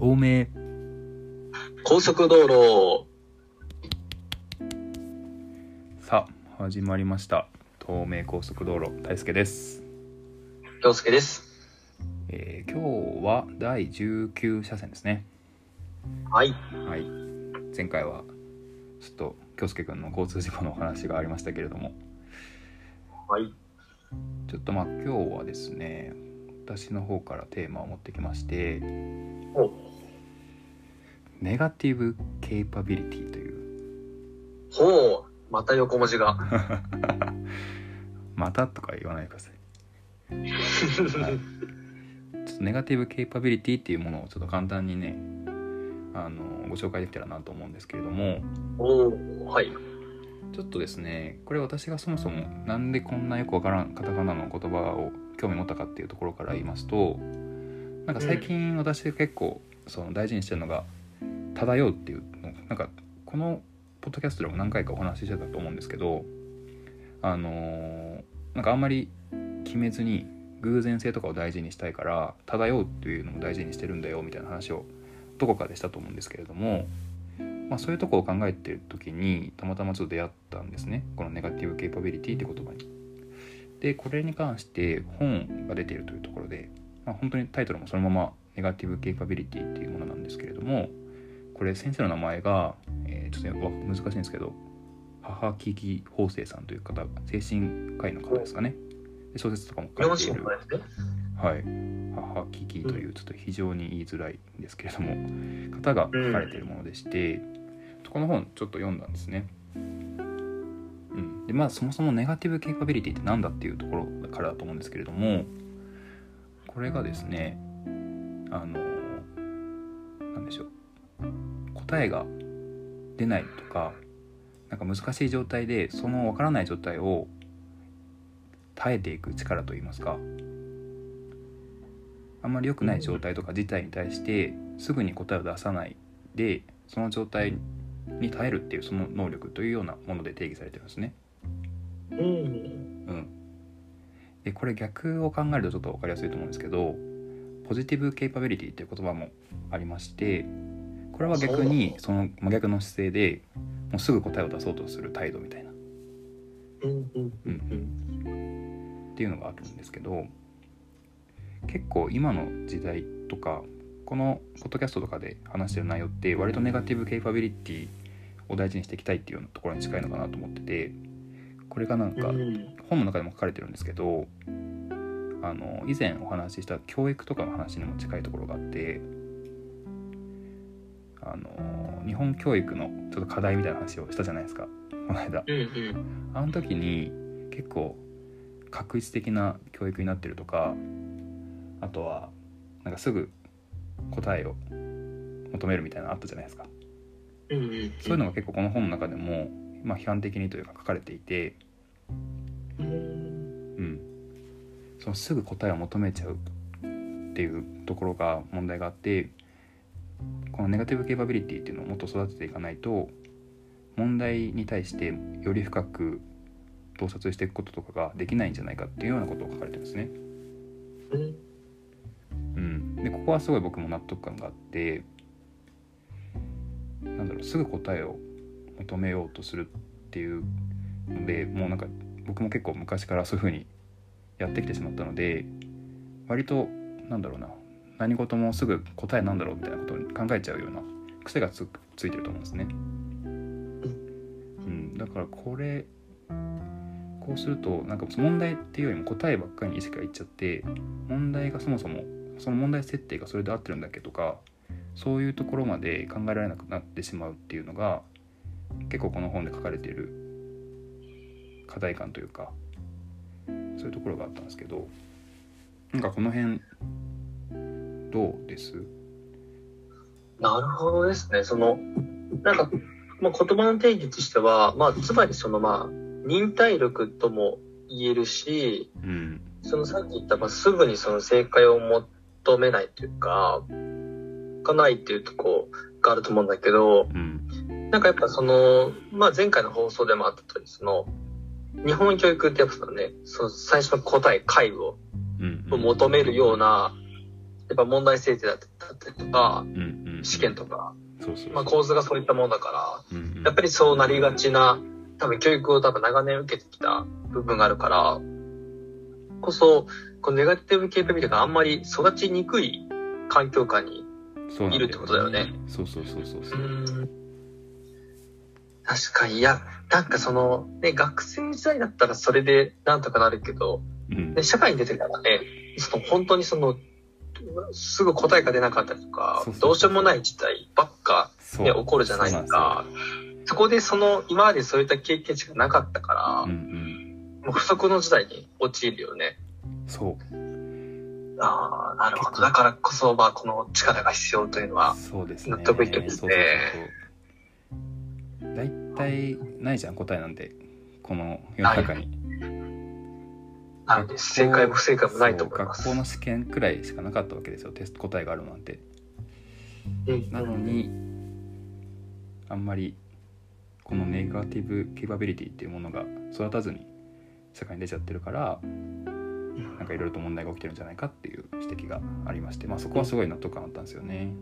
多め。高速道路、さあ、始まりました。東名高速道路、大輔です。京介です。えー今日は第19車線ですね。はい。はい。前回は、ちょっと、京介くんの交通事故のお話がありましたけれども、はい。ちょっとまあ今日はですね、私の方からテーマを持ってきましてお、ネガティブケイパビリティというほう、また横文字 が。またとか言わないでください、はい、ちょっとネガティブケイパビリティっていうものをちょっと簡単にねあのご紹介できたらなと思うんですけれどもおお、はい。ちょっとですねこれ私がそもそもなんでこんなよくわからんカタカナの言葉を興味持ったかっていうところから言いますとなんか最近私結構その大事にしてるのが「漂う」っていうのなんかこのポッドキャストでも何回かお話ししてたと思うんですけどあのーなんかあんまり決めずに偶然性とかを大事にしたいから「漂う」っていうのも大事にしてるんだよみたいな話をどこかでしたと思うんですけれども。まあ、そういうとこを考えてる時にたまたまちょっと出会ったんですねこのネガティブ・ケイパビリティって言葉に。でこれに関して本が出ているというところで、まあ、本当にタイトルもそのまま「ネガティブ・ケイパビリティ」っていうものなんですけれどもこれ先生の名前が、えーちょっとわ難しいんですけど母木木法生さんという方精神科医の方ですかね。で小説とかも書よろいてしいいるの。ですね。はい、母キキというちょっと非常に言いづらいんですけれども方が書かれているものでして、この本ちょっと読んだんですね。うん、でまあそもそもネガティブ・ケイパビリティって何だっていうところからだと思うんですけれどもこれがですねあのなんでしょう答えが出ないとかなんか難しい状態でその分からない状態を耐えていく力といいますかあんまり良くない状態とか事態に対してすぐに答えを出さないでその状態に耐えるっていうその能力というようなもので定義されてるんですね。うん。うん、でこれ逆を考えるとちょっと分かりやすいと思うんですけどポジティブ・ケイパビリティっていう言葉もありましてこれは逆にその真逆の姿勢でもうすぐ答えを出そうとする態度みたいな。うんうんうんうんっていうのがあるんですけど結構今の時代とかこのポッドキャストとかで話してる内容って割とネガティブケイパビリティを大事にしていきたいっていうようなところに近いのかなと思っててこれがなんうかん本の中でも書かれてるんですけどあの以前お話しした教育とかの話にも近いところがあってあの日本教育のちょっと課題みたいな話をしたじゃないですかこの間。うんあの時に結構確一的な教育になってるとかあとはなんかすぐ答えを求めるみたいなのあったじゃないですかうんそういうのが結構この本の中でも、まあ、批判的にというか書かれていて、うんうん、そのすぐ答えを求めちゃうっていうところが問題があってこのネガティブケーパビリティっていうのをもっと育てていかないと問題に対してより深く洞察していくこととかができないんじゃないかっていうようなことを書かれてるんですね。うんうん、でここはすごい僕も納得感があってなんだろうすぐ答えを求めようとするっていうのでもうなんか僕も結構昔からそういう風にやってきてしまったので割となんだろうな何事もすぐ答えなんだろうみたいなことを考えちゃうような癖がつついてると思うんですね。うん、だからこれこうするとなんか問題っていうよりも答えばっかりに意識がいっちゃって問題がそもそもその問題設定がそれで合ってるんだっけとかそういうところまで考えられなくなってしまうっていうのが結構この本で書かれている課題感というかそういうところがあったんですけどなんかこの辺どうですなるほどですね。その、なんか、まあ、言葉の定義としては、まあ、つまりその、まあ、忍耐力とも言えるし、うんそのさっき言った、まあ、すぐにその正解を求めないというか、かないっていうとこがあると思うんだけど、うんなんかやっぱその、まあ、前回の放送でもあった通り、その、日本教育ってやっぱそのね、その最初の答え、解をうんうん求めるような、やっぱ問題設定だったりとか、うんうん試験とか、そうそうそうまあ、構図がそういったものだかうんうんら、やっぱりそうなりがちな、多分教育を多分長年受けてきた部分があるから、こそ、このネガティブ系 p みたいなあんまり育ちにくい環境下に、そうなんいるってことだよね。そうそうそうそうそうう。ん、確かに、いや、なんかその、ね、学生時代だったらそれでなんとかなるけど、うんで、社会に出てからね、その本当にその、すぐ答えが出なかったりとかそうそう、どうしようもない事態ばっか、そうね、起こるじゃないですか。そこでその、今までそういった経験値がなかったかうら、んもう不足の時代に陥るよね。うん。そう。ああ、なるほど。だからこそ、まあ、この力が必要というのは、そうですね。納得いきますねそうそうそうそう。大体ないじゃん、答えなんて。この世の中に。なんで、正解も不正解もないと思います。そう学校の試験くらいしかなかったわけですよテスト答えがあるなんてうんなのにあんまりこのネガティブケーパビリティっていうものが育たずに社会に出ちゃってるからなんかいろいろと問題が起きてるんじゃないかっていう指摘がありまして、まあ、そこはすごい納得感あったんですよね。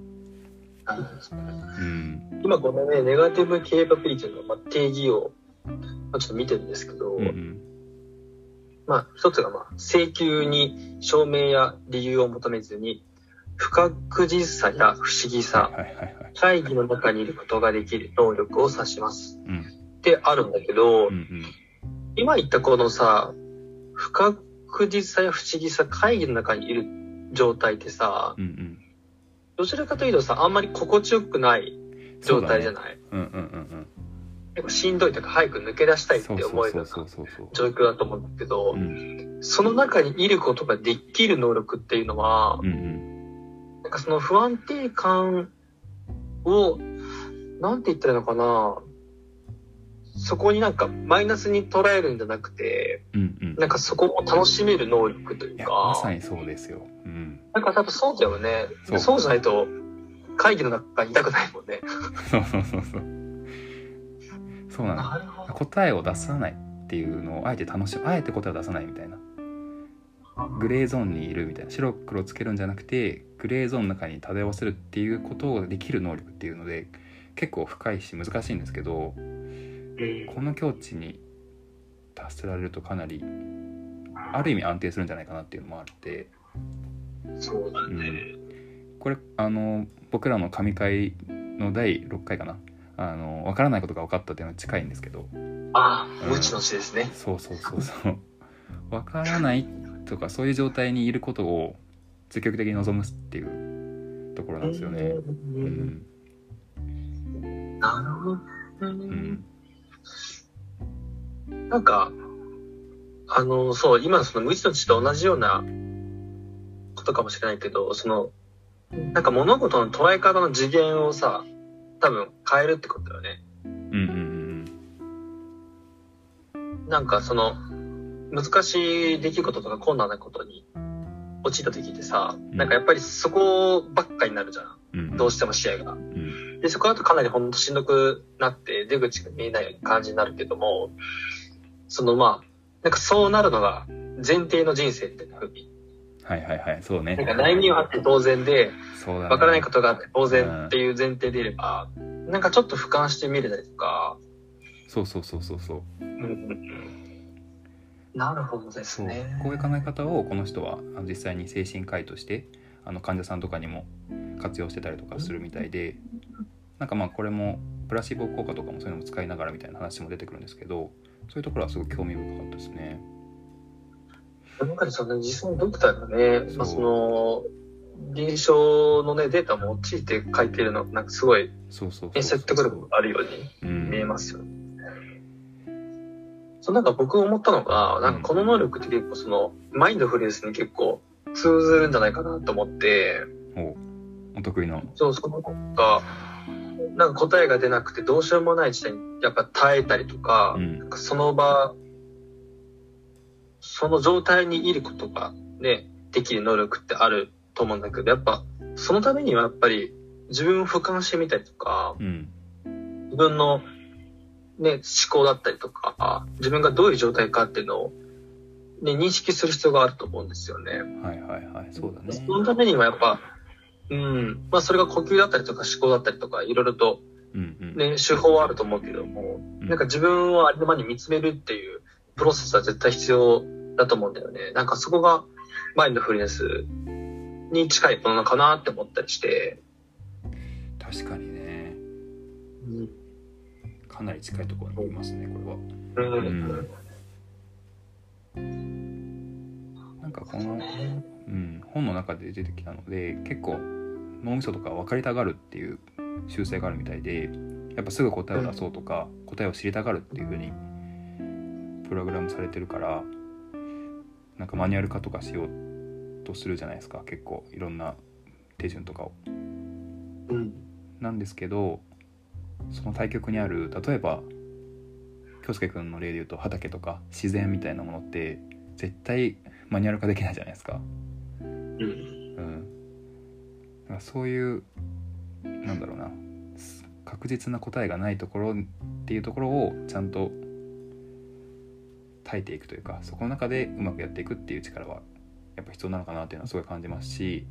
うん今このね、ネガティブケーパビリティのまあ定義を、まあちょっと見てるんですけど、うんうんまあ、一つが、まあ、請求に証明や理由を求めずに、不確実さや不思議はさい、はいはいはい会議の中にいることができる能力を指します。うんってあるんだけど、うんうん今言ったこのさ、不確実さや不思議さ、会議の中にいる状態ってさ、うんうんどちらかというとさ、あんまり心地よくない状態じゃいない、うんうんうん結構しんどいというか、早く抜け出したういんってそうそ思えうるそうようそなうそうそう状況だと思うんだけど、うんその中にいることができる能力っていうのは、うんうんなんかその不安定感を、なんて言ったらいいのかな。そこになんかマイナスに捉えるんじゃなくて、うんうんなんかそこを楽しめる能力といいうやまか、さにそうですよ。うんなんか多分そうだよね。そそううじゃないと会議の中にいたくないもんね。そうそうそうそう。 そうなの。るほ答えを出さないっていうのをあえて楽しあえて答えを出さないみたいな。グレーゾーンにいるみたいな白黒つけるんじゃなくてグレーゾーンの中に漂わせるっていうことをできる能力っていうので結構深いし難しいんですけどこの境地に達せられるとかなりある意味安定するんじゃないかなっていうのもあってそうだね。これあの僕らの神会の第6回かなあの分からないことが分かったっていうのに近いんですけどああ、うん無知の知ですね。そうそうそうそう分からないとかそういう状態にいることを積極的に望むっていうところなんですよね。ううんんなるほどね。うんなんか、あの、そう、今のその無知の知と同じようなことかもしれないけど、その、なんか物事の捉え方の次元をさ、多分変えるってことだよね。うんうんうんなんかその、難しい出来事とか困難なことに陥った時ってさ、なんかやっぱりそこばっかになるじゃん。うんどうしても試合が。うんで、そこだとかなりほんとしんどくなって、出口が見えない感じになるけども、そのまあ、なんかそうなるのが前提の人生っていう風に、はいはいはいそうねなんか悩みはあって当然で、そうだねわからないことがあって当然っていう前提でいれば、なんかちょっと俯瞰してみれたりとか、そうそうそうそうそううんうんうんなるほどでそすうね。こういう考え方をこの人はあの実際に精神科医としてあの患者さんとかにも活用してたりとかするみたいでなんかまあこれもプラシーボ効果とかもそういうのも使いながらみたいな話も出てくるんですけどそういうところはすごく興味深かったですね。なんかその実際のドクターがね、まあ、そうその、臨床のね、データも用いて書いてるの、なんかすごい、そうそうそうそう説得力があるようにうん見えますよね。そうなんか僕思ったのが、なんかこの能力って結構その、マインドフルネスに結構通ずるんじゃないかなと思って、おお得意の。そう、その子が、なんか答えが出なくてどうしようもない事態にやっぱ耐えたりとか、うんなんかその場、その状態にいることがね、できる能力ってあると思うんだけど、やっぱそのためにはやっぱり自分を俯瞰してみたりとか、うん自分の、ね、思考だったりとか、自分がどういう状態かっていうのを、ね、認識する必要があると思うんですよね。はいはいはいそうだね。そのためにはやっぱ、うん。まあそれが呼吸だったりとか思考だったりとか、いろいろとうんうんね、手法はあると思うけども、うんなんか自分をありのままに見つめるっていうプロセスは絶対必要だと思うんだよね。なんかそこがマインドフルネスに近いものなのかなって思ったりして、確かにねうん。かなり近いところにいますねこれはうん。なんかこの、うん、本の中で出てきたので結構脳みそとか分かりたがるっていう習性があるみたいでやっぱすぐ答えを出そうとか、答えを知りたがるっていう風にプログラムされてるからなんかマニュアル化とかしようとするじゃないですか結構いろんな手順とかを。うん。なんですけどその対極にある例えば京介君の例で言うと畑とか自然みたいなものって絶対マニュアル化できないじゃないですか。うん。うん、だからそういうなんだろうなす確実な答えがないところっていうところをちゃんと耐えていくというかそこの中でうまくやっていくっていう力はやっぱ必要なのかなっていうのはすごい感じますし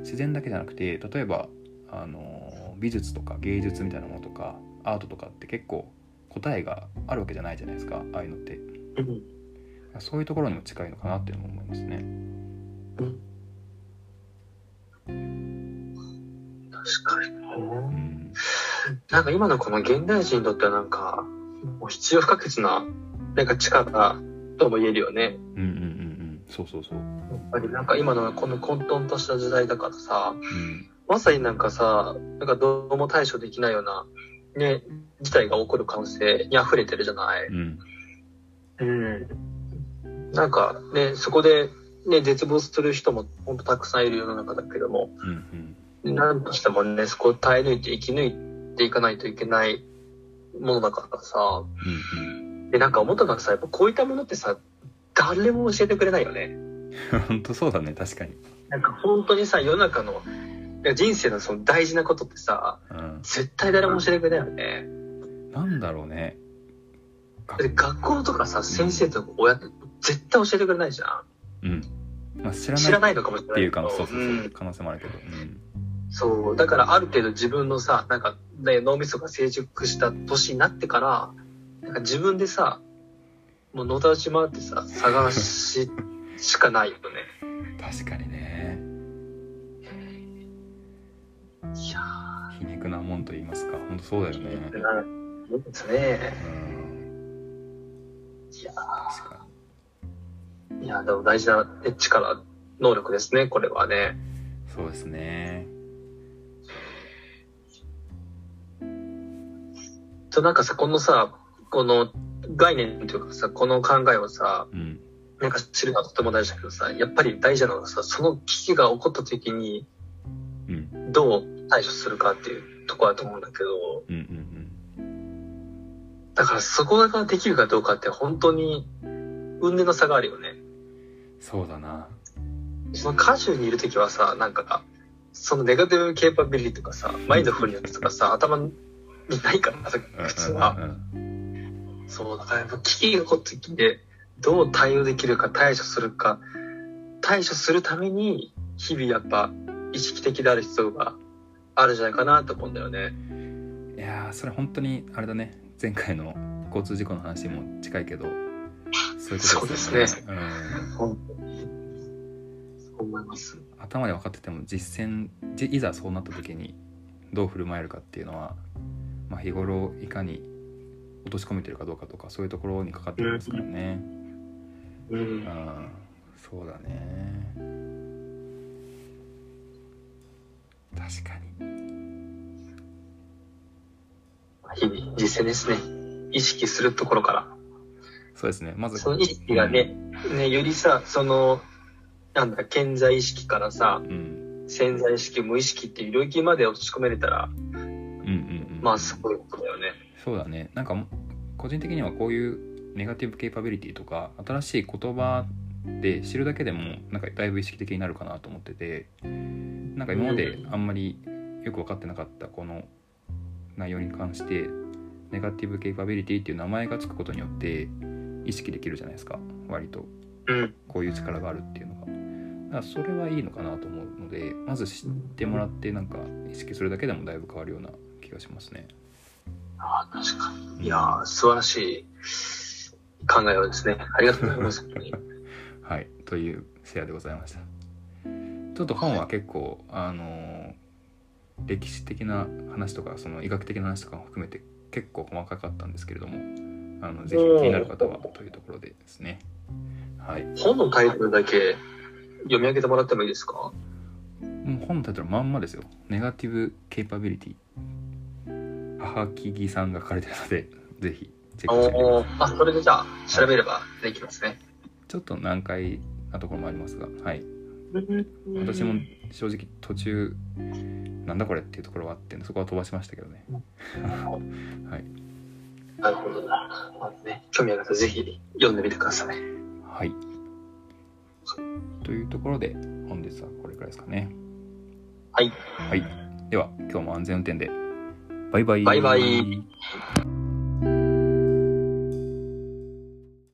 自然だけじゃなくて例えばあの美術とか芸術みたいなものとかアートとかって結構答えがあるわけじゃないじゃないですかああいうのってうん。そういうところにも近いのかなっていうのも思いますね。確かに。うんなんか今のこの現代人にとってはなんか、もう必要不可欠な、なんか力とも言えるよね。うんうんうんうんそうそうそう。やっぱりなんか今のこの混沌とした時代だからさ、うんまさになんかさ、なんかどうも対処できないような、ね、事態が起こる可能性に溢れてるじゃない。うんうん。なんかね、そこで、ね、絶望する人も本当たくさんいる世の中だけども、うんなんとしてもね、そこを耐え抜いて生き抜いていかないといけないものだからさ、うんうんで、なんか思ったのがさ、やっぱこういったものってさ、誰も教えてくれないよね。うん 本当そうだね確かに、なんか本当にさ、世の中の、人生のその大事なことってさ、うん、絶対誰も教えてくれないよね。なんだろうねで学校とかさ先生とか親って絶対教えてくれないじゃうん、まあ、知んら知らないないのかもしれっなていいけうどかそうそうそう、うん可能性もあるけど、うんそうだからある程度自分のさなんか、ね、脳みそが成熟した年になってからなんか自分でさもう野立ち回ってさ探ししかないよね確かにねいや皮肉なもんと言いますか本当そうだよねーなそうですねうんいや確かいやでも大事なね力能力ですねこれはねにそうですねとなんかさこのさこの概念というかさこの考えをさうんなんか知るのはとても大事だけどさ、やっぱり大事なのはさ、その危機が起こった時にうんどう対処するかっていうところだと思うんだけど、うんうんだからそこができるかどうかって本当に運命の差があるよね。うんそうだなその渦中にいる時はさ、なんか、そのネガティブケーパビリティとかさ、マインドフルネスとかさ、頭にないからさ、普通は。うんそう、だからやっぱ危機が起こった時で、どう対応できるか対処するか、対処するために、日々やっぱ意識的である必要があるんじゃないかなと思うんだようね。んうんいやーそれ本当にあれだね前回の交通事故の話にも近いけどそういうことですよねそうですうん本当に。そう思います。頭で分かってても実践じいざそうなった時にどう振る舞えるかっていうのは、まあ、日頃いかに落とし込めてるかどうかとかそういうところにかかってきますからね、う。うんん、そうだね確かに日々、実践ですね。意識するところから。そうですねまずその意識がね、ね、よりさ、その、なんだ、健在意識からさ、うん潜在意識、無意識っていう領域まで落ち込めれたら、うんうんうんまあ、すごいことだよね。そうだねなんかも個人的にはこういうネガティブケイパビリティとか新しい言葉で知るだけでもなんかだいぶ意識的になるかなと思っててなんか今まであんまりよく分かってなかったこの内容に関してネガティブケイパビリティっていう名前がつくことによって意識できるじゃないですか割とうん。こういう力があるっていうのがからそれはいいのかなと思うのでまず知ってもらってなんか意識するだけでもだいぶ変わるような気がしますね。ああ、確かに。いやー、素晴らしい考えをですね。ありがとうございます。 本当にはい、というせやでございました。ちょっと本は結構、あのー歴史的な話とかその医学的な話とかも含めて結構細かかったんですけれどもあのぜひ気になる方はというところでですね。はい、も本のタイトルだけ読み上げてもらってもいいですかう本のタイトルまんまですよ「ネガティブ・ケイパビリティ」母木木さんが書かれてるのでぜひチェックしてみてくださいおーあ、それでじゃあ、調べればできますね。ちょっと難解なところもありますが、はい、私も正直途中なんだこれっていうところはあってそこは飛ばしましたけどねはい、なるほどな。まずね、興味ある方ぜひ読んでみてください。はい、というところで本日はこれくらいですかねはい。はいでは今日も安全運転でバイバイバイバイ